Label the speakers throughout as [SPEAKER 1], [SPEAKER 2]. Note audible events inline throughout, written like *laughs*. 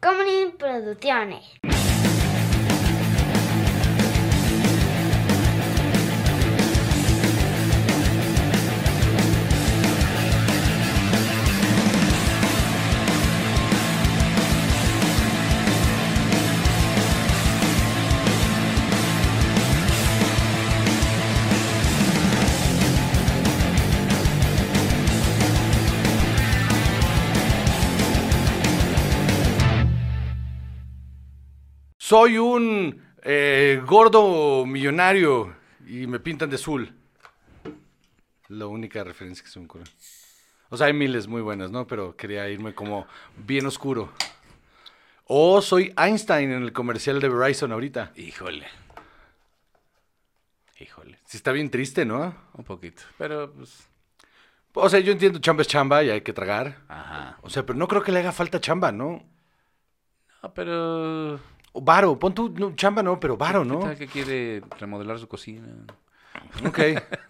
[SPEAKER 1] Comedy Producciones.
[SPEAKER 2] Soy un eh, gordo millonario y me pintan de azul. La única referencia que se me ocurre. O sea, hay miles muy buenas, ¿no? Pero quería irme como bien oscuro. O soy Einstein en el comercial de Verizon ahorita.
[SPEAKER 3] Híjole. Híjole.
[SPEAKER 2] Sí, está bien triste, ¿no?
[SPEAKER 3] Un poquito. Pero, pues.
[SPEAKER 2] O sea, yo entiendo chamba es chamba y hay que tragar.
[SPEAKER 3] Ajá.
[SPEAKER 2] O sea, pero no creo que le haga falta chamba, ¿no?
[SPEAKER 3] No, pero.
[SPEAKER 2] O varo, pon tú, no, chamba no, pero varo,
[SPEAKER 3] ¿qué
[SPEAKER 2] ¿no?
[SPEAKER 3] tal que quiere remodelar su cocina?
[SPEAKER 2] Ok.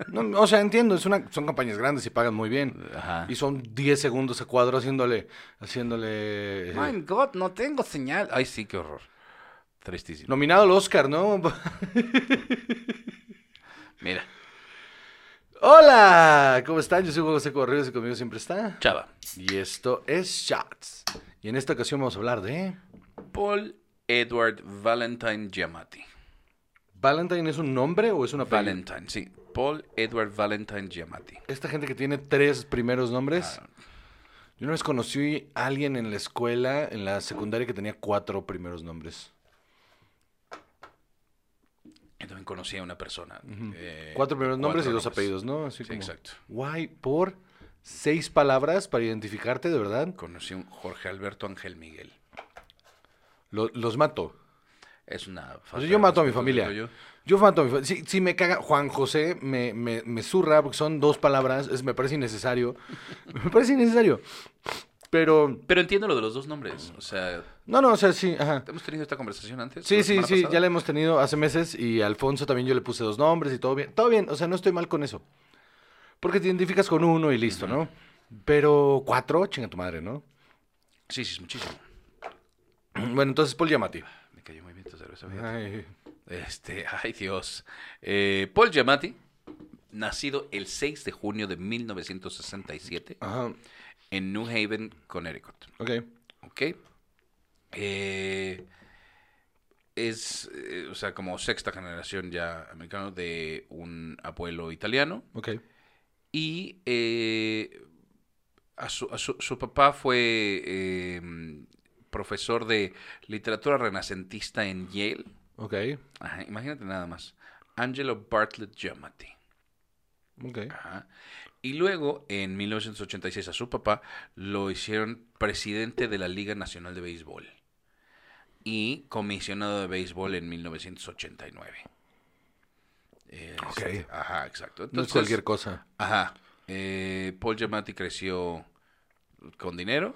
[SPEAKER 2] No, no, o sea, entiendo, es una, son campañas grandes y pagan muy bien.
[SPEAKER 3] Ajá.
[SPEAKER 2] Y son 10 segundos a cuadro haciéndole, haciéndole... eh,
[SPEAKER 3] My God, no tengo señal. Ay, sí, qué horror. Tristísimo.
[SPEAKER 2] nominado al Oscar, ¿no? *laughs*
[SPEAKER 3] Mira,
[SPEAKER 2] Hola, ¿cómo están? Yo soy Hugo José Correos y conmigo siempre está.
[SPEAKER 3] chava.
[SPEAKER 2] Y esto es Shots. Y en esta ocasión vamos a hablar de...
[SPEAKER 3] Paul Edward Valentine Giamatti.
[SPEAKER 2] ¿Valentine es un nombre o es una
[SPEAKER 3] Valentine, sí. Paul Edward Valentine Giamatti.
[SPEAKER 2] Esta gente que tiene tres primeros nombres.
[SPEAKER 3] Ah.
[SPEAKER 2] Yo una vez conocí a alguien en la escuela, en la secundaria, que tenía cuatro primeros nombres.
[SPEAKER 3] Yo también conocí a una persona. eh,
[SPEAKER 2] Cuatro primeros nombres
[SPEAKER 3] cuatro
[SPEAKER 2] y dos apellidos, ¿no? Así
[SPEAKER 3] Sí,
[SPEAKER 2] como,
[SPEAKER 3] exacto.
[SPEAKER 2] Guay, por seis palabras para identificarte, de verdad.
[SPEAKER 3] Conocí a un Jorge Alberto Ángel Miguel.
[SPEAKER 2] Lo- los mato.
[SPEAKER 3] Es una
[SPEAKER 2] O
[SPEAKER 3] falta
[SPEAKER 2] sea,
[SPEAKER 3] de
[SPEAKER 2] Pues yo mato a mi
[SPEAKER 3] respeto,
[SPEAKER 2] familia.
[SPEAKER 3] digo yo.
[SPEAKER 2] Yo mato a mi familia. Si, me caga, Juan José me, me, me zurra porque son dos palabras. es- me parece innecesario. *laughs* me parece innecesario. Pero,
[SPEAKER 3] Pero entiendo lo de los dos nombres. O sea,
[SPEAKER 2] no, no, o sea, sí, ajá.
[SPEAKER 3] ¿hemos tenido esta conversación antes?
[SPEAKER 2] Sí,
[SPEAKER 3] ¿La
[SPEAKER 2] sí,
[SPEAKER 3] semana
[SPEAKER 2] sí,
[SPEAKER 3] pasada?
[SPEAKER 2] ya la hemos tenido hace meses y a Alfonso también yo le puse dos nombres y todo bien. Todo bien, o sea, no estoy mal con eso. Porque te identificas con uno y listo, ¿no? Pero cuatro, chinga tu madre, ¿no? *clears throat*
[SPEAKER 3] Sí, sí, es muchísimo.
[SPEAKER 2] Bueno, entonces Paul Yamati.
[SPEAKER 3] Me cayó muy bien tu cerveza. fíjate.
[SPEAKER 2] Ay,
[SPEAKER 3] Este, *laughs* ay Dios. Eh, Paul Giamatti, nacido el 6 de junio de 1967
[SPEAKER 2] ajá,
[SPEAKER 3] en New Haven, Connecticut.
[SPEAKER 2] ok.
[SPEAKER 3] ¿Ok? Eh, es, eh, o sea, como sexta generación ya americano de un abuelo italiano.
[SPEAKER 2] Ok.
[SPEAKER 3] Y eh, a su, a su- su papá fue eh, profesor de literatura renacentista en Yale.
[SPEAKER 2] Ok.
[SPEAKER 3] Ajá, imagínate nada más. Angelo Bartlett Giamatti.
[SPEAKER 2] Ok.
[SPEAKER 3] Ajá. Y luego, en 1986, a su papá lo hicieron presidente de la Liga Nacional de Béisbol y comisionado de béisbol en 1989. Este,
[SPEAKER 2] Ok.
[SPEAKER 3] Ajá, exacto.
[SPEAKER 2] no es cualquier cosa.
[SPEAKER 3] Ajá. Eh, Paul Giamatti creció con dinero.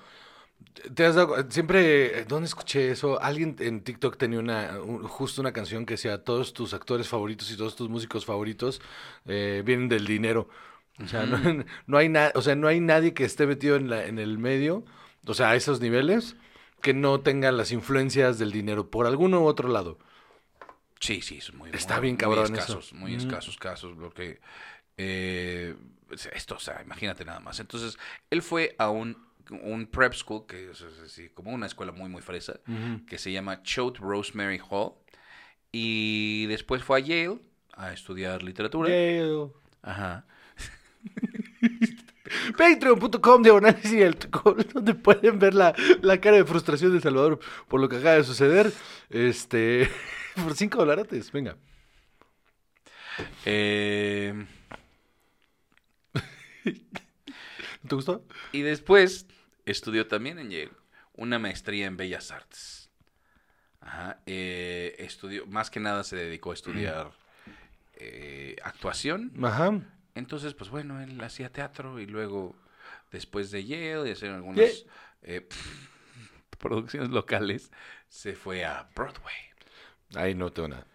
[SPEAKER 2] ¿Te has dado cu- Siempre, eh, ¿dónde escuché eso? Alguien en TikTok tenía una, un- justo una canción que decía, todos tus actores favoritos y todos tus músicos favoritos eh, vienen del dinero. O sea, no, *laughs* no hay na- o sea, no hay nadie que esté metido en, la, en el medio, o sea, a esos niveles, que no tenga las influencias del dinero por alguno u otro lado.
[SPEAKER 3] Sí, sí, es muy
[SPEAKER 2] Está
[SPEAKER 3] muy-
[SPEAKER 2] bien
[SPEAKER 3] muy
[SPEAKER 2] cabrón eso.
[SPEAKER 3] escasos, muy
[SPEAKER 2] Mm.
[SPEAKER 3] escasos casos, lo que eh, es esto, o sea, imagínate nada más. Entonces, él fue a un, un prep school, que es es así, como una escuela muy, muy fresa, que se llama Choate Rosemary Hall, y después fue a Yale a estudiar literatura.
[SPEAKER 2] Eh,
[SPEAKER 3] Ajá.
[SPEAKER 2] Patreon.com diagonal y el Tricol, *laughs* donde pueden ver la, la cara de frustración de Salvador por lo que acaba de suceder. Este, *laughs* por 5 dólares, venga.
[SPEAKER 3] Eh,
[SPEAKER 2] ¿Te gustó?
[SPEAKER 3] y después estudió también en Yale una maestría en Bellas Artes. Ajá, eh, estudió, más que nada se dedicó a estudiar eh, actuación.
[SPEAKER 2] Ajá.
[SPEAKER 3] Entonces, pues bueno, él hacía teatro y luego, después de Yale y hacer algunas
[SPEAKER 2] Ye-
[SPEAKER 3] eh, *laughs* producciones locales, se fue a Broadway.
[SPEAKER 2] Ahí no tengo nada.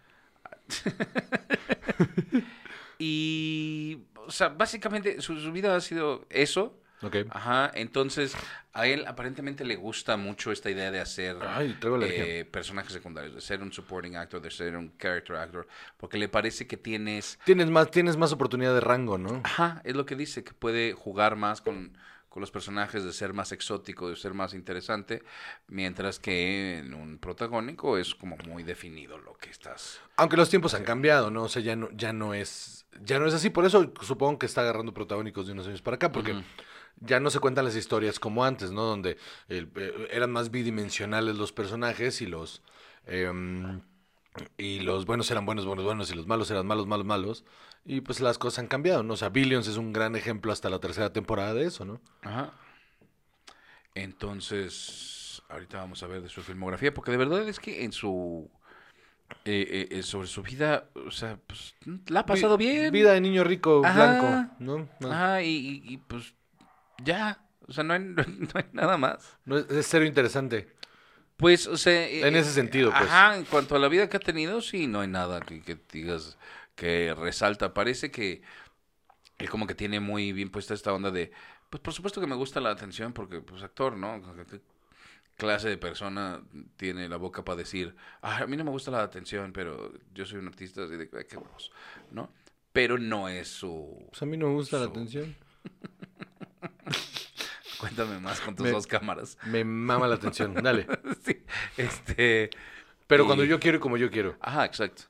[SPEAKER 3] Y, o sea, básicamente su, su vida ha sido eso,
[SPEAKER 2] Ok.
[SPEAKER 3] Ajá, entonces a él aparentemente le gusta mucho esta idea de hacer
[SPEAKER 2] Ay, traigo alergia.
[SPEAKER 3] eh, personajes secundarios, de ser un supporting actor, de ser un character actor, porque le parece que tienes,
[SPEAKER 2] Tienes más, tienes más oportunidad de rango, ¿no?
[SPEAKER 3] ajá, es lo que dice, que puede jugar más con, con los personajes, de ser más exótico, de ser más interesante, mientras que en un protagónico es como muy definido lo que estás.
[SPEAKER 2] Aunque los tiempos han cambiado, ¿no? O sea, ya no, ya no es. Ya no es así. Por eso supongo que está agarrando protagónicos de unos años para acá, porque ya no se cuentan las historias como antes, ¿no? Donde el- eh, eran más bidimensionales los personajes y los. em, y los buenos eran buenos, buenos, buenos, y los malos eran malos, malos, malos. Y pues las cosas han cambiado, ¿no? O sea, Billions es un gran ejemplo hasta la tercera temporada de eso, ¿no?
[SPEAKER 3] Ajá. Entonces, ahorita vamos a ver de su filmografía, porque de verdad es que en su... eh, eh, eh, sobre su vida, o sea, pues la ha pasado
[SPEAKER 2] Vi-
[SPEAKER 3] bien.
[SPEAKER 2] Vida de niño rico,
[SPEAKER 3] Ajá.
[SPEAKER 2] blanco, ¿no? No,
[SPEAKER 3] Ajá, y, y- y, pues ya, o sea, no hay, *laughs* no hay nada más.
[SPEAKER 2] no es, es cero interesante.
[SPEAKER 3] Pues, o sea... eh,
[SPEAKER 2] En ese
[SPEAKER 3] eh,
[SPEAKER 2] sentido, pues.
[SPEAKER 3] Ajá, en cuanto a la vida que ha tenido, sí, no hay nada que, que digas que resalta. Parece que él como que tiene muy bien puesta esta onda de, pues por supuesto que me gusta la atención porque, pues, actor, ¿no? ¿Qué clase de persona tiene la boca para decir, "Ah, a mí no me gusta la atención, pero yo soy un artista, así de, "Ay, qué huevos", ¿no? Pero no es su... *laughs*
[SPEAKER 2] Pues a mí no me gusta la
[SPEAKER 3] So-
[SPEAKER 2] atención.
[SPEAKER 3] Cuéntame más con tus
[SPEAKER 2] Me-
[SPEAKER 3] dos cámaras.
[SPEAKER 2] Me mama la atención, dale.
[SPEAKER 3] *laughs* Sí, este...
[SPEAKER 2] Pero
[SPEAKER 3] Y-
[SPEAKER 2] cuando yo quiero y como yo quiero.
[SPEAKER 3] Ajá, exacto.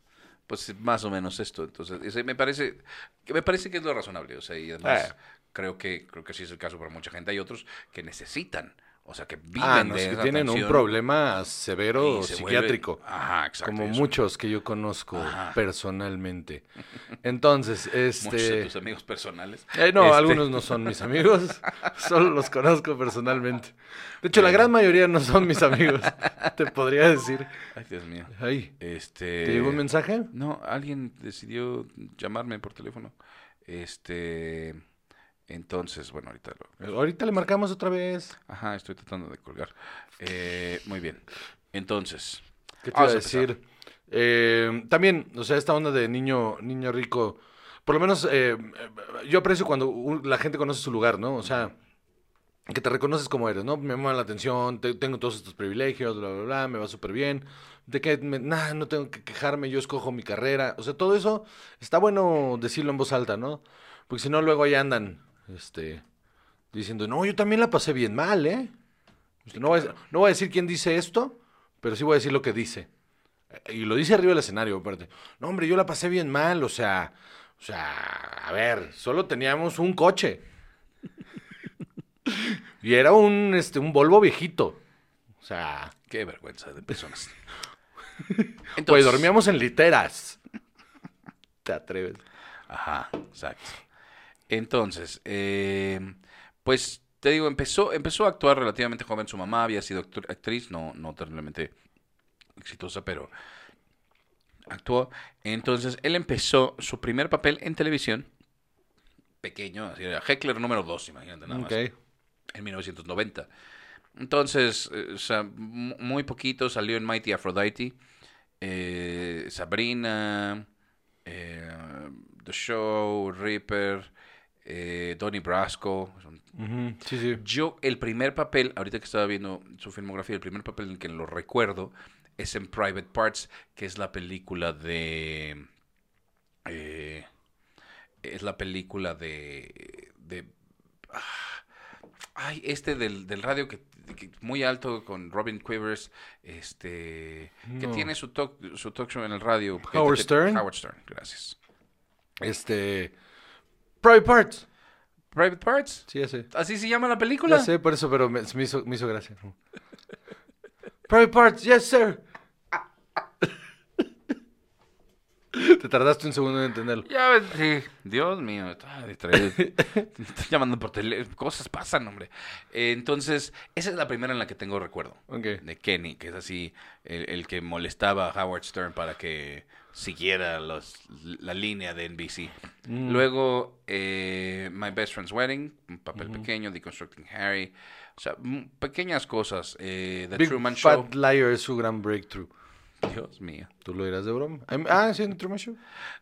[SPEAKER 3] Pues más o menos esto. Entonces, ese me parece, que me parece que es lo razonable. O sea, y además
[SPEAKER 2] Eh.
[SPEAKER 3] creo que, creo que sí es el caso para mucha gente. Hay otros que necesitan, o sea que viven
[SPEAKER 2] Ah, no,
[SPEAKER 3] de
[SPEAKER 2] es que
[SPEAKER 3] esa
[SPEAKER 2] tienen un
[SPEAKER 3] atención
[SPEAKER 2] problema
[SPEAKER 3] y
[SPEAKER 2] severo
[SPEAKER 3] se
[SPEAKER 2] psiquiátrico.
[SPEAKER 3] vuelven- Ajá, exacto.
[SPEAKER 2] Como
[SPEAKER 3] y eso-
[SPEAKER 2] muchos que yo conozco
[SPEAKER 3] Ajá.
[SPEAKER 2] personalmente. Entonces,
[SPEAKER 3] *laughs* Muchos de
[SPEAKER 2] este...
[SPEAKER 3] tus amigos personales.
[SPEAKER 2] eh, no,
[SPEAKER 3] Este,
[SPEAKER 2] algunos no son mis amigos, *laughs* solo los conozco personalmente. De hecho, la gran mayoría no son mis amigos, *laughs* te podría decir.
[SPEAKER 3] Ay, Dios mío.
[SPEAKER 2] Ay,
[SPEAKER 3] Este.
[SPEAKER 2] ¿te llegó un mensaje?
[SPEAKER 3] No, alguien decidió llamarme por teléfono. Este. Entonces, bueno, ahorita lo,
[SPEAKER 2] Ahorita le marcamos otra vez.
[SPEAKER 3] Ajá, estoy tratando de colgar. Eh, muy bien. Entonces,
[SPEAKER 2] ¿Qué te iba
[SPEAKER 3] Vamos
[SPEAKER 2] a
[SPEAKER 3] a empezar.
[SPEAKER 2] decir? Eh, también, o sea, esta onda de niño, niño rico. Por lo menos eh, yo aprecio cuando un- la gente conoce su lugar, ¿no? O sea, que te reconoces como eres, ¿no? Me llama la atención, te- tengo todos estos privilegios, bla, bla, bla, me va súper bien. De que, me- nah, no tengo que quejarme, yo escojo mi carrera. O sea, todo eso está bueno decirlo en voz alta, ¿no? Porque si no, luego ahí andan, este, diciendo, no, yo también la pasé bien mal, ¿eh? O sea, no, voy a, no voy a decir quién dice esto, pero sí voy a decir lo que dice. Eh, Y lo dice arriba del escenario, aparte. No, hombre, yo la pasé bien mal, o sea, o sea, a ver, solo teníamos un coche. Y era un, este, un Volvo viejito. O sea,
[SPEAKER 3] qué vergüenza
[SPEAKER 2] *laughs*
[SPEAKER 3] de personas. Entonces,
[SPEAKER 2] pues dormíamos en literas. ¿Te atreves?
[SPEAKER 3] Ajá, exacto. Entonces, eh, pues te digo, empezó, empezó a actuar relativamente joven. Su mamá había sido actu- actriz, no, no terriblemente exitosa, pero actuó. Entonces, él empezó su primer papel en televisión, pequeño, así era Heckler número 2, imagínate nada más.
[SPEAKER 2] Ok.
[SPEAKER 3] en 1990. Entonces, eh, o sea, mu- muy poquito salió en Mighty Aphrodite, eh, Sabrina, eh, The Show, Reaper, eh, Donnie Brasco.
[SPEAKER 2] Ujú, Sí, sí.
[SPEAKER 3] Yo, el primer papel, ahorita que estaba viendo su filmografía, el primer papel en el que lo recuerdo es en Private Parts, que es la película de... eh, es la película de... de ah, ay, este del, del radio que, que- muy alto con Robin Quivers, este... Que
[SPEAKER 2] No.
[SPEAKER 3] tiene su talk, su talk show en el radio. que-
[SPEAKER 2] Howard
[SPEAKER 3] que-
[SPEAKER 2] Stern.
[SPEAKER 3] Howard Stern, gracias.
[SPEAKER 2] Este. Private Parts.
[SPEAKER 3] Private Parts.
[SPEAKER 2] Sí, ese.
[SPEAKER 3] Así se llama la película.
[SPEAKER 2] Ya sé, por eso, pero me, me hizo, me hizo gracia. Private parts, yes, sir. *laughs* Te tardaste un segundo en entenderlo.
[SPEAKER 3] Ya ves, sí. Dios mío, estaba distraído. Te estoy llamando por teléfono. Cosas pasan, hombre. Eh, entonces, esa es la primera en la que tengo recuerdo.
[SPEAKER 2] Ok.
[SPEAKER 3] De Kenny, que es así, el, el que molestaba a Howard Stern para que siguiera los, la línea de NBC.
[SPEAKER 2] Mm.
[SPEAKER 3] Mm, Luego, eh, My Best Friend's Wedding, un papel pequeño, Deconstructing Harry. O sea, m- pequeñas cosas. eh, The
[SPEAKER 2] Big
[SPEAKER 3] Truman Show.
[SPEAKER 2] Fat Liar es su gran breakthrough.
[SPEAKER 3] Dios mío.
[SPEAKER 2] Tú lo dirás de broma. Em, Ah, sí, en Truman Show.
[SPEAKER 3] Eh,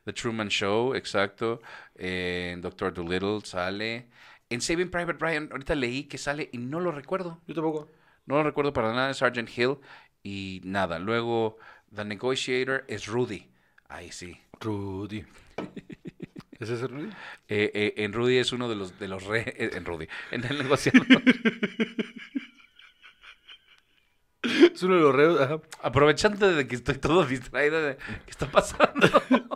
[SPEAKER 3] The Truman Show, exacto. En Doctor Dolittle sale. En Saving Private Ryan, ahorita leí que sale y no lo recuerdo.
[SPEAKER 2] Yo tampoco.
[SPEAKER 3] No lo recuerdo para nada, es Sergeant Hill y nada. Luego, The Negotiator es Rudy. Ahí sí.
[SPEAKER 2] Rudy. *laughs* ¿Es ese Rudy?
[SPEAKER 3] Eh, eh, en Rudy es uno de los de los re- *laughs* eh, en Rudy en el negociador
[SPEAKER 2] Es uno de los reos. Ajá.
[SPEAKER 3] aprovechando de que estoy todo distraído de qué está pasando *laughs*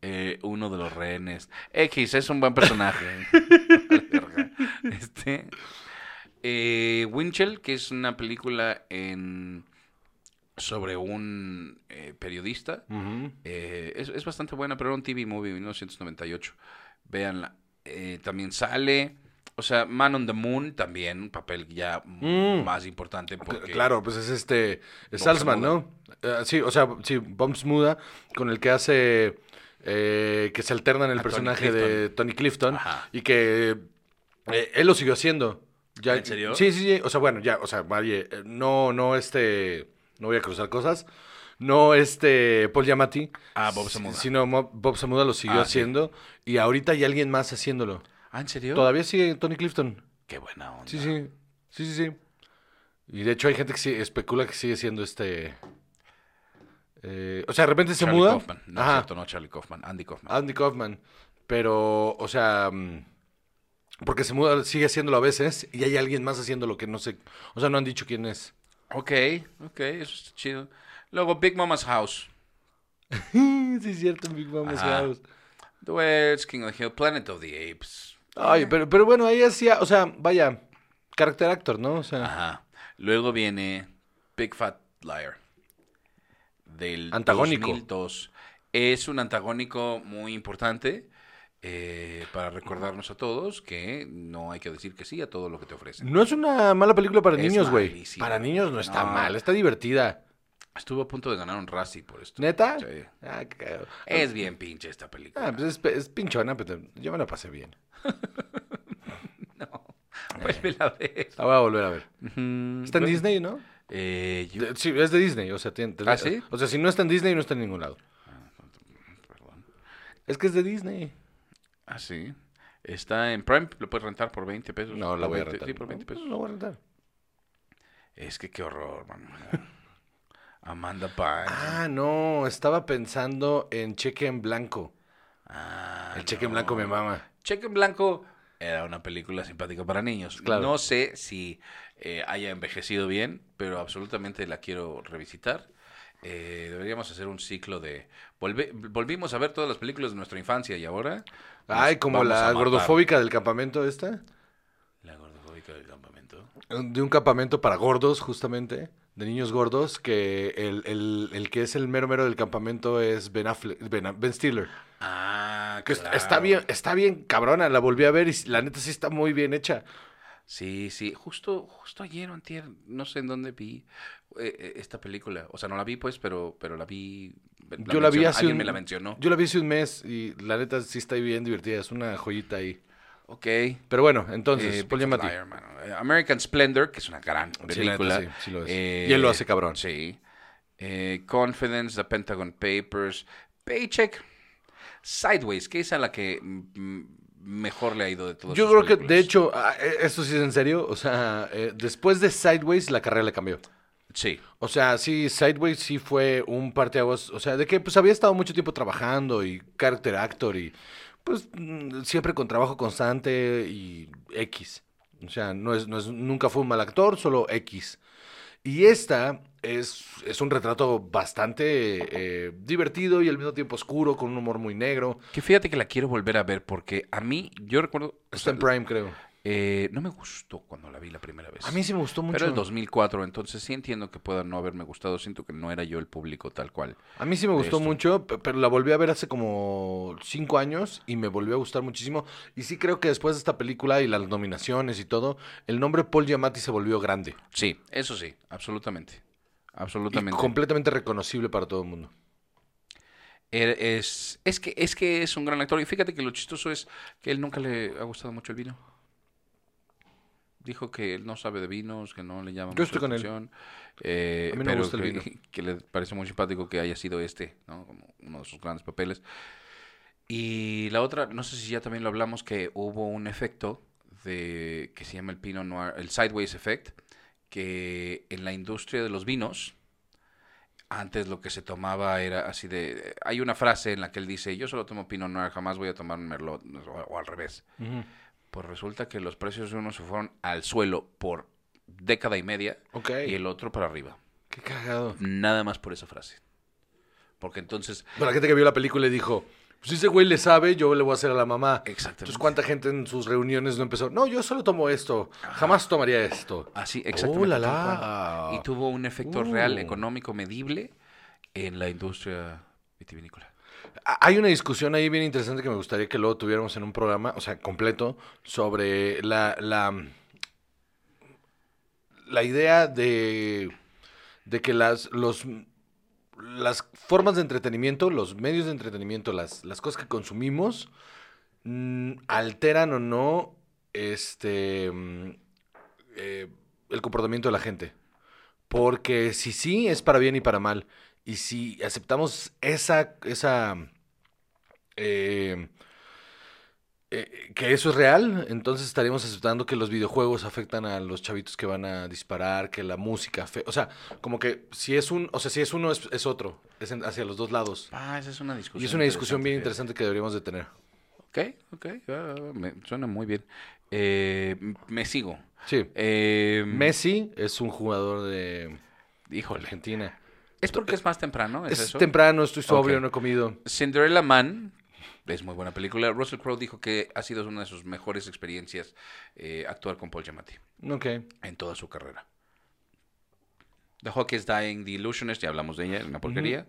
[SPEAKER 3] Eh, uno de los rehenes X es un buen *laughs* personaje Verga. este eh, Winchell que es una película en sobre un eh, periodista
[SPEAKER 2] Ujú.
[SPEAKER 3] Eh, es, es bastante buena, pero era un TV movie 1998. Véanla. Eh, también sale. O sea, Man on the Moon también, un papel ya m-
[SPEAKER 2] Mm.
[SPEAKER 3] más importante. Porque,
[SPEAKER 2] Claro, pues es este.
[SPEAKER 3] Bob
[SPEAKER 2] Es Salzman, ¿no? Eh, sí, o sea, sí, Bumps Muda, con el que hace. eh, que se alterna en el
[SPEAKER 3] A Tony
[SPEAKER 2] personaje de Tony Clifton.
[SPEAKER 3] Ajá.
[SPEAKER 2] Y que. eh, él lo siguió haciendo. Ya,
[SPEAKER 3] ¿En serio?
[SPEAKER 2] Sí, sí, sí. O sea, bueno, ya, o sea, vaya, eh, no, no, este. No voy a cruzar cosas. No, este. Paul Giamatti.
[SPEAKER 3] Ah, Bob
[SPEAKER 2] si-
[SPEAKER 3] Samuda.
[SPEAKER 2] Sino Mo- Bob Samuda lo siguió
[SPEAKER 3] Ah, sí.
[SPEAKER 2] haciendo. Y ahorita hay alguien más haciéndolo.
[SPEAKER 3] Ah, ¿en serio?
[SPEAKER 2] Todavía sigue Tony Clifton.
[SPEAKER 3] Qué buena onda.
[SPEAKER 2] Sí, sí. Sí, sí, sí. Y de hecho hay gente que sí- especula que sigue siendo este. eh, o sea, de repente se
[SPEAKER 3] Charlie
[SPEAKER 2] muda.
[SPEAKER 3] Kaufman. No,
[SPEAKER 2] Ajá, Ah.
[SPEAKER 3] cierto, no Charlie Kaufman. Andy Kaufman.
[SPEAKER 2] Andy Kaufman. Pero, o sea. mm, Porque se muda, sigue haciéndolo a veces y hay alguien más haciéndolo que no sé. O sea, no han dicho quién
[SPEAKER 3] *laughs*
[SPEAKER 2] es.
[SPEAKER 3] Ok, ok, eso está chido. Luego, Big Mama's House.
[SPEAKER 2] sí, es cierto, Big Mama's
[SPEAKER 3] Ajá.
[SPEAKER 2] House.
[SPEAKER 3] The West, King of the Hill, Planet of the Apes.
[SPEAKER 2] Ay, pero, pero bueno, ahí hacía. O sea, vaya. Character actor, ¿no? O sea.
[SPEAKER 3] Ajá. Luego viene Big Fat Liar. Del
[SPEAKER 2] Antagónico.
[SPEAKER 3] 2002. Es un antagónico muy importante eh, para recordarnos a todos que no hay que decir que sí a todo lo que te ofrecen.
[SPEAKER 2] No es una mala película para
[SPEAKER 3] Es
[SPEAKER 2] niños, güey.
[SPEAKER 3] malísima.
[SPEAKER 2] Para niños no está
[SPEAKER 3] No.
[SPEAKER 2] mal, está divertida.
[SPEAKER 3] Estuvo a punto de ganar un Razzie por esto.
[SPEAKER 2] ¿Neta?
[SPEAKER 3] Sí.
[SPEAKER 2] Ah, qué cagado.
[SPEAKER 3] Es bien pinche esta película.
[SPEAKER 2] Ah, pues es, pe- es pinchona, pero yo me la pasé bien.
[SPEAKER 3] No. Vuélvela a ver.
[SPEAKER 2] Pues La voy a volver a ver.
[SPEAKER 3] Ujú.
[SPEAKER 2] Está en Disney, ¿no?
[SPEAKER 3] Eh, yo-
[SPEAKER 2] De- sí, es de Disney, o sea, tiene, tiene-
[SPEAKER 3] ¿Ah, sí?
[SPEAKER 2] O sea, si no está en Disney, no está en ningún lado.
[SPEAKER 3] Perdón.
[SPEAKER 2] Es que es de Disney.
[SPEAKER 3] Ah, sí. Está en Prime, lo puedes rentar por 20 pesos.
[SPEAKER 2] No, la
[SPEAKER 3] Por
[SPEAKER 2] voy a
[SPEAKER 3] 20,
[SPEAKER 2] rentar.
[SPEAKER 3] Sí, por 20 pesos.
[SPEAKER 2] No, la voy a rentar.
[SPEAKER 3] Es que qué horror, man. Amanda Bynes.
[SPEAKER 2] Ah, no, estaba pensando en Cheque en Blanco.
[SPEAKER 3] Ah,
[SPEAKER 2] El Cheque en
[SPEAKER 3] no.
[SPEAKER 2] Blanco me mama.
[SPEAKER 3] Cheque en Blanco era una película simpática para niños.
[SPEAKER 2] Claro.
[SPEAKER 3] No sé si eh, haya envejecido bien, pero absolutamente la quiero revisitar. Eh, deberíamos hacer un ciclo de... volve- Volvimos a ver todas las películas de nuestra infancia y ahora... nos
[SPEAKER 2] Ay, como
[SPEAKER 3] vamos a
[SPEAKER 2] la
[SPEAKER 3] matar.
[SPEAKER 2] gordofóbica del campamento esta.
[SPEAKER 3] La gordofóbica del campamento.
[SPEAKER 2] De un campamento para gordos, justamente. De niños gordos, que el, el- el que es el mero mero del campamento es Ben, Affleck- ben, ben Stiller.
[SPEAKER 3] Ah,
[SPEAKER 2] Que est-
[SPEAKER 3] claro.
[SPEAKER 2] está bien, está bien cabrona, la volví a ver y s- la neta sí está muy bien hecha.
[SPEAKER 3] Sí, sí, justo, justo ayer o antier, no sé en dónde vi eh, eh, esta película. O sea, no la vi pues, pero, pero la vi.
[SPEAKER 2] Yo la vi
[SPEAKER 3] mencionó-
[SPEAKER 2] hace
[SPEAKER 3] Alguien
[SPEAKER 2] un-
[SPEAKER 3] me la mencionó.
[SPEAKER 2] Yo la vi hace un mes y la neta sí está bien divertida, es una joyita ahí.
[SPEAKER 3] Ok. eh,
[SPEAKER 2] Pero bueno, entonces,
[SPEAKER 3] Big
[SPEAKER 2] Paul Giamatti.
[SPEAKER 3] Flyer, mano. Eh, American Splendor, que es una gran
[SPEAKER 2] Sí, la neta,
[SPEAKER 3] película.
[SPEAKER 2] sí, sí lo es.
[SPEAKER 3] Eh,
[SPEAKER 2] y él lo hace cabrón.
[SPEAKER 3] Sí. Eh, Confidence, The Pentagon Papers, Paycheck, Sideways, que es a la que mm, mejor le ha ido de todas
[SPEAKER 2] Yo
[SPEAKER 3] sus
[SPEAKER 2] creo que, de
[SPEAKER 3] películas.
[SPEAKER 2] hecho, ah, eh, esto sí es en serio, o sea, eh, después de Sideways la carrera le cambió.
[SPEAKER 3] Sí.
[SPEAKER 2] O sea, sí, Sideways sí fue un parteaguas, o sea, de que pues había estado mucho tiempo trabajando y character actor y pues mm, siempre con trabajo constante y X. O sea, no es, no es, nunca fue un mal actor, solo X. Y esta es, es un retrato bastante eh, divertido y al mismo tiempo oscuro, con un humor muy negro.
[SPEAKER 3] Que fíjate que la quiero volver a ver porque a mí, yo recuerdo. o
[SPEAKER 2] Está
[SPEAKER 3] sea,
[SPEAKER 2] en Prime, creo.
[SPEAKER 3] Eh, no me gustó cuando la vi la primera vez.
[SPEAKER 2] A mí sí me gustó mucho.
[SPEAKER 3] Pero el 2004, entonces sí entiendo que pueda no haberme gustado. Siento que no era yo el público tal cual.
[SPEAKER 2] A mí sí me gustó
[SPEAKER 3] esto.
[SPEAKER 2] mucho, pe- pero la volví a ver hace como cinco años y me volvió a gustar muchísimo. Y sí creo que después de esta película y las nominaciones y todo, el nombre Paul Giamatti se volvió grande.
[SPEAKER 3] Sí, eso sí, absolutamente.
[SPEAKER 2] Y
[SPEAKER 3] Absolutamente.
[SPEAKER 2] completamente reconocible para todo el mundo.
[SPEAKER 3] Er- es, es, que, es que es un gran actor. Y fíjate que lo chistoso es que él nunca le ha gustado mucho el vino. Dijo que él no sabe de vinos, que no le llama
[SPEAKER 2] Yo estoy
[SPEAKER 3] mucho la
[SPEAKER 2] con él.
[SPEAKER 3] atención. eh,
[SPEAKER 2] A mí no me
[SPEAKER 3] pero
[SPEAKER 2] gusta el
[SPEAKER 3] *laughs* que,
[SPEAKER 2] vino.
[SPEAKER 3] que le parece muy simpático que haya sido este, ¿no? Como uno de sus grandes papeles. Y la otra, no sé si ya también lo hablamos, que hubo un efecto de que se llama el Pinot Noir, el Sideways Effect, que en la industria de los vinos, antes lo que se tomaba era así de... Hay una frase en la que él dice, yo solo tomo Pinot Noir, jamás voy a tomar un Merlot, o, o al revés.
[SPEAKER 2] Ujú.
[SPEAKER 3] Pues resulta que los precios de uno se fueron al suelo por década y media
[SPEAKER 2] Ok.
[SPEAKER 3] y el otro para arriba.
[SPEAKER 2] Qué cagado.
[SPEAKER 3] Nada más por esa frase. Porque entonces...
[SPEAKER 2] Para la gente que vio la película y dijo, pues si ese güey le sabe, yo le voy a hacer a la mamá.
[SPEAKER 3] Exactamente.
[SPEAKER 2] Entonces, ¿cuánta gente en sus reuniones no empezó? No, yo solo tomo esto. Jamás tomaría esto.
[SPEAKER 3] Así,
[SPEAKER 2] ¡Oh,
[SPEAKER 3] exactamente.
[SPEAKER 2] la,
[SPEAKER 3] tal
[SPEAKER 2] la!
[SPEAKER 3] cual. Y tuvo un efecto real,
[SPEAKER 2] Uh.
[SPEAKER 3] económico, medible en la industria vitivinícola.
[SPEAKER 2] Ah, Hay una discusión ahí bien interesante que me gustaría que luego tuviéramos en un programa, o sea, completo, sobre la, la, la idea de, de que las, los, las formas de entretenimiento, los medios de entretenimiento, las, las cosas que consumimos, mm, alteran o no este, mm, eh, el comportamiento de la gente. Porque si sí, es para bien y para mal. Y si aceptamos esa, esa, eh, eh, que eso es real, entonces estaríamos aceptando que los videojuegos afectan a los chavitos que van a disparar, que la música, afe- o sea, como que si es un, o sea, si es uno es, es otro, es en- hacia los dos lados.
[SPEAKER 3] Ah, esa es una discusión.
[SPEAKER 2] Y es una discusión bien
[SPEAKER 3] fíjate.
[SPEAKER 2] interesante que deberíamos de tener.
[SPEAKER 3] Ok, ok, ah, ah, me suena muy bien. Eh, m- me sigo.
[SPEAKER 2] Sí.
[SPEAKER 3] Eh,
[SPEAKER 2] Messi es un jugador de
[SPEAKER 3] Híjole.
[SPEAKER 2] Argentina.
[SPEAKER 3] ¿Es porque es más temprano? ¿Es,
[SPEAKER 2] Es,
[SPEAKER 3] eso?
[SPEAKER 2] temprano, estoy sobrio,
[SPEAKER 3] Ok.
[SPEAKER 2] no he comido.
[SPEAKER 3] Cinderella Man es muy buena película. Russell Crowe dijo que ha sido una de sus mejores experiencias eh, actuar con Paul Giamatti
[SPEAKER 2] Ok.
[SPEAKER 3] en toda su carrera. The Hawk is Dying, The Illusionist, ya hablamos de ella, es una porquería.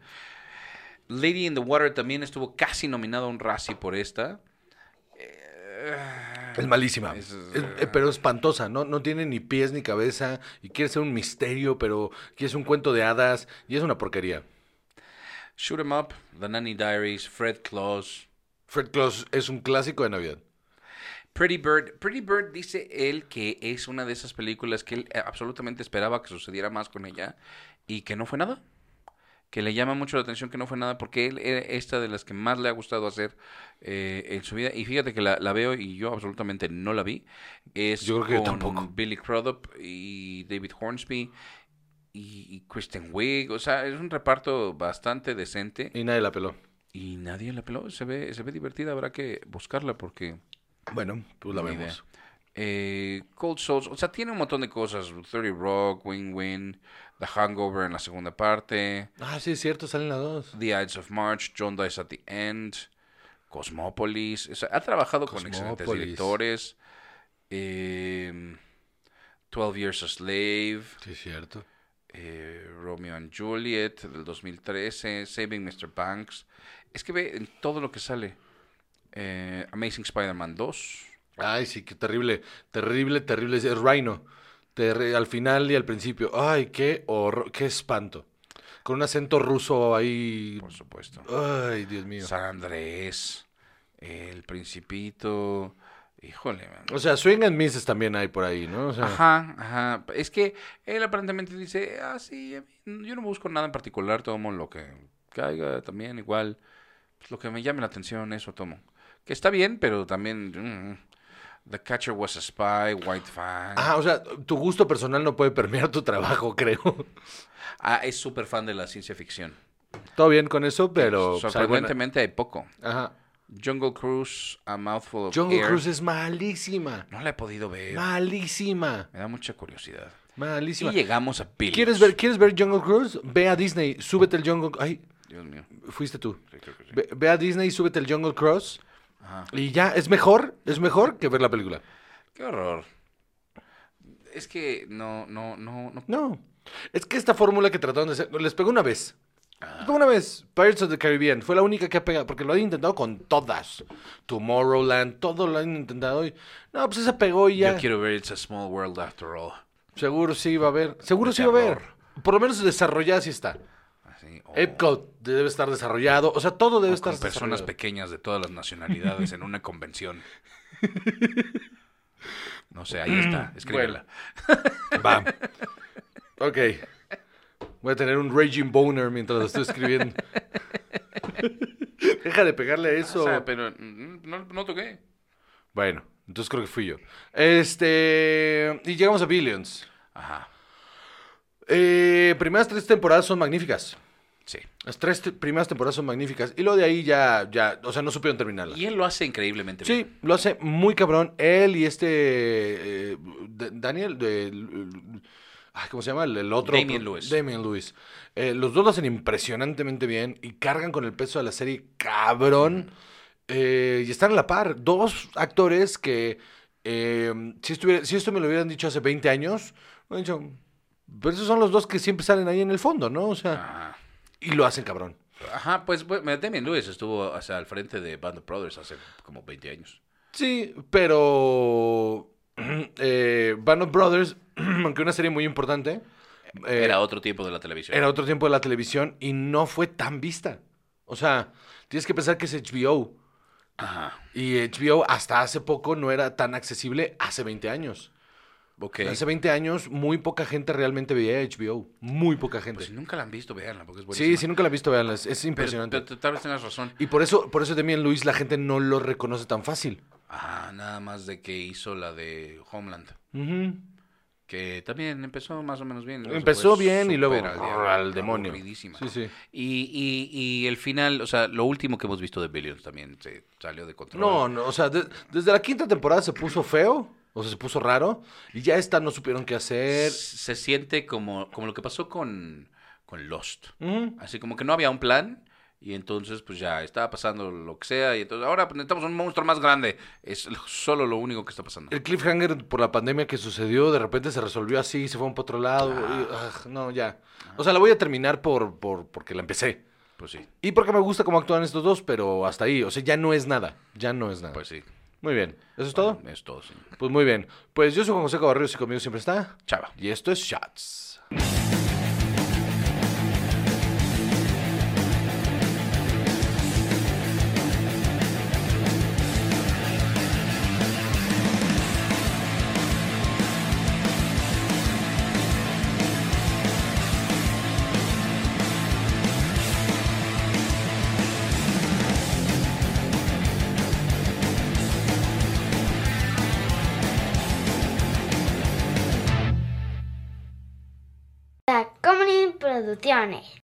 [SPEAKER 3] Lady in the Water también estuvo casi nominada a un Razzie por esta. Eh,
[SPEAKER 2] Es malísima.
[SPEAKER 3] Es-
[SPEAKER 2] Es- eh, pero espantosa, ¿no? No tiene ni pies ni cabeza. Y quiere ser un misterio, pero quiere ser un cuento de hadas. Y es una porquería.
[SPEAKER 3] Shoot 'em Up, The Nanny Diaries, Fred Claus,
[SPEAKER 2] Fred Claus es un clásico de Navidad.
[SPEAKER 3] Pretty Bird. Pretty Bird dice él que es una de esas películas que él eh, absolutamente esperaba que sucediera más con ella y que no fue nada. Que le llama mucho la atención que no fue nada porque él era esta de las que más le ha gustado hacer eh, en su vida. Y fíjate que la, la veo y yo absolutamente no la vi. Es
[SPEAKER 2] Yo creo que yo
[SPEAKER 3] con
[SPEAKER 2] tampoco.
[SPEAKER 3] Billy Crudup y David Hornsby y, y Kristen Wiig. O sea, es un reparto bastante decente
[SPEAKER 2] Y nadie la peló.
[SPEAKER 3] y nadie la peló. Se ve, se ve divertida, habrá que buscarla porque...
[SPEAKER 2] Bueno, pues la
[SPEAKER 3] Ni
[SPEAKER 2] vemos.
[SPEAKER 3] Eh, Cold Souls, o sea, tiene un montón de cosas. 30 Rock, Win Win, The Hangover en la segunda parte,
[SPEAKER 2] Ah, sí, es cierto, salen las dos.
[SPEAKER 3] The Ides of March, John Dies at the End, Cosmopolis. O sea, ha trabajado con excelentes
[SPEAKER 2] Cosmópolis.
[SPEAKER 3] directores. eh, 12 Years a Slave,
[SPEAKER 2] Sí, es cierto.
[SPEAKER 3] eh, Romeo and Juliet del 2013, Saving Mr. Banks. Es que ve en todo lo que sale. Eh, Amazing Spider-Man 2.
[SPEAKER 2] Ay, sí, qué terrible. Terrible, terrible. Es Rhino. Terri- al final y al principio. Ay, qué horror, qué espanto. Con un acento ruso ahí.
[SPEAKER 3] Por supuesto.
[SPEAKER 2] Ay, Dios mío.
[SPEAKER 3] San Andrés, El Principito, híjole, man.
[SPEAKER 2] O sea, Swing and Misses también hay por ahí, ¿no? O sea,
[SPEAKER 3] Ajá, ajá. Es que él aparentemente dice, ah, sí, a mí- yo no busco nada en particular, tomo lo que caiga también, igual, pues, lo que me llame la atención, eso tomo. Que está bien, pero también... mm, The Catcher Was a Spy, White Fang.
[SPEAKER 2] Ajá, o sea, tu gusto personal no puede permear tu trabajo, *laughs* creo.
[SPEAKER 3] Ah, es súper fan de la ciencia ficción.
[SPEAKER 2] Todo bien con eso, pero... pues, hay buena-
[SPEAKER 3] Sorprendentemente hay poco.
[SPEAKER 2] Ajá.
[SPEAKER 3] Jungle Cruise, A Mouthful of
[SPEAKER 2] Jungle
[SPEAKER 3] Air.
[SPEAKER 2] Cruise es malísima.
[SPEAKER 3] No la he podido ver.
[SPEAKER 2] Malísima.
[SPEAKER 3] Me da mucha curiosidad.
[SPEAKER 2] Malísima.
[SPEAKER 3] Y llegamos a Billions.
[SPEAKER 2] ¿Quieres ver, ¿Quieres ver Jungle Cruise? Ve a Disney, súbete el Jungle... Ay,
[SPEAKER 3] Dios mío.
[SPEAKER 2] fuiste tú.
[SPEAKER 3] Sí, creo que sí.
[SPEAKER 2] Ve, ve a Disney, súbete el Jungle Cruise.
[SPEAKER 3] Ajá.
[SPEAKER 2] Y ya, es mejor, es mejor que ver la película.
[SPEAKER 3] Qué horror. Es que no, no, no, no.
[SPEAKER 2] No. Es que esta fórmula que trataron de hacer, les pegó una vez.
[SPEAKER 3] Ah.
[SPEAKER 2] Les pegó una vez. Pirates of the Caribbean fue la única que ha pegado, porque lo han intentado con todas. Tomorrowland, todo lo han intentado y no, pues esa pegó y ya.
[SPEAKER 3] Yo quiero ver It's a Small World After All.
[SPEAKER 2] Seguro sí va a haber, seguro
[SPEAKER 3] De
[SPEAKER 2] sí va a haber.
[SPEAKER 3] terror.
[SPEAKER 2] Por lo menos desarrollada sí está.
[SPEAKER 3] Así, o-
[SPEAKER 2] Epcot debe estar desarrollado, o sea, todo debe
[SPEAKER 3] o
[SPEAKER 2] estar
[SPEAKER 3] con personas
[SPEAKER 2] *laughs* desarrollado.
[SPEAKER 3] pequeñas de todas las nacionalidades en una convención. No sé, ahí está. Escríbela.
[SPEAKER 2] Va. *laughs* Ok. Voy a tener un raging boner mientras lo estoy escribiendo. Deja deja de pegarle a eso.
[SPEAKER 3] O sea, pero mm, no, no toqué.
[SPEAKER 2] Bueno, entonces creo que fui yo. Este. Y llegamos a Billions.
[SPEAKER 3] Ajá.
[SPEAKER 2] Eh, primeras tres temporadas son magníficas.
[SPEAKER 3] Sí.
[SPEAKER 2] Las tres te- primeras temporadas son magníficas. Y lo de ahí ya, ya, o sea, no supieron terminarla.
[SPEAKER 3] Y él lo hace increíblemente bien.
[SPEAKER 2] Sí, lo hace muy cabrón. Él y este. eh, D- Daniel. de- l- ay, ¿Cómo se llama? El, el otro.
[SPEAKER 3] Damian Lewis.
[SPEAKER 2] Damian Lewis. Eh, los dos lo hacen impresionantemente bien y cargan con el peso de la serie cabrón. Eh, y están a la par. Dos actores que. eh, si, estuviera- si esto me lo hubieran dicho hace 20 años, me hubieran dicho. Pero esos son los dos que siempre salen ahí en el fondo, ¿no? O sea,
[SPEAKER 3] Ajá.
[SPEAKER 2] y lo hacen cabrón.
[SPEAKER 3] Ajá, pues bueno, Damien Lewis estuvo o sea, al frente de Band of Brothers hace como 20 años.
[SPEAKER 2] Sí, pero *clears throat* eh, Band of Brothers, *clears throat* aunque una serie muy importante, eh,
[SPEAKER 3] Era otro tiempo de la televisión.
[SPEAKER 2] era otro tiempo de la televisión y no fue tan vista. O sea, tienes que pensar que es HBO.
[SPEAKER 3] Ajá.
[SPEAKER 2] Y HBO hasta hace poco no era tan accesible hace 20 años.
[SPEAKER 3] Ok. Pues
[SPEAKER 2] Hace 20 años muy poca gente realmente veía HBO. Muy poca gente.
[SPEAKER 3] Pues si nunca la han visto, veanla, porque es buenísima.
[SPEAKER 2] sí, si nunca la has visto, veanla. Es, es
[SPEAKER 3] Pero-
[SPEAKER 2] impresionante.
[SPEAKER 3] pero tal vez tengas razón.
[SPEAKER 2] y por eso, por eso también, Luis, la gente no lo reconoce tan fácil.
[SPEAKER 3] Ajá, nada más de que hizo la de Homeland.
[SPEAKER 2] Ujú.
[SPEAKER 3] Que también empezó más o menos bien. luego se
[SPEAKER 2] Empezó
[SPEAKER 3] fue
[SPEAKER 2] bien y luego
[SPEAKER 3] súper
[SPEAKER 2] al,
[SPEAKER 3] diablo,
[SPEAKER 2] demonio.
[SPEAKER 3] aburridísima.
[SPEAKER 2] Sí, sí.
[SPEAKER 3] Y, y, y el final, o sea, lo último que hemos visto de Billions también se salió de control.
[SPEAKER 2] No, no, o sea, de- desde la quinta temporada se puso feo, o sea, se puso raro, y ya esta no supieron qué hacer.
[SPEAKER 3] Se siente como, como lo que pasó con, con Lost.
[SPEAKER 2] Ujú.
[SPEAKER 3] Así como que no había un plan. Y entonces, pues ya estaba pasando lo que sea. Y entonces, ahora pues, necesitamos un monstruo más grande. Es lo- solo lo único que está pasando.
[SPEAKER 2] El cliffhanger por la pandemia que sucedió, de repente se resolvió así, se fue a otro lado, y, ah, no, ya. O sea, la voy a terminar por, por, porque la empecé.
[SPEAKER 3] Pues sí,
[SPEAKER 2] Y porque me gusta cómo actúan estos dos, pero hasta ahí, o sea, ya no es nada, ya no es nada.
[SPEAKER 3] pues sí.
[SPEAKER 2] muy bien, ¿eso es todo?
[SPEAKER 3] Es todo, señor.
[SPEAKER 2] Pues muy bien. Pues yo soy Juan José Cabarrios y conmigo siempre está.
[SPEAKER 3] Chava.
[SPEAKER 2] Y esto es Shots.
[SPEAKER 1] Tacomunin Producciones.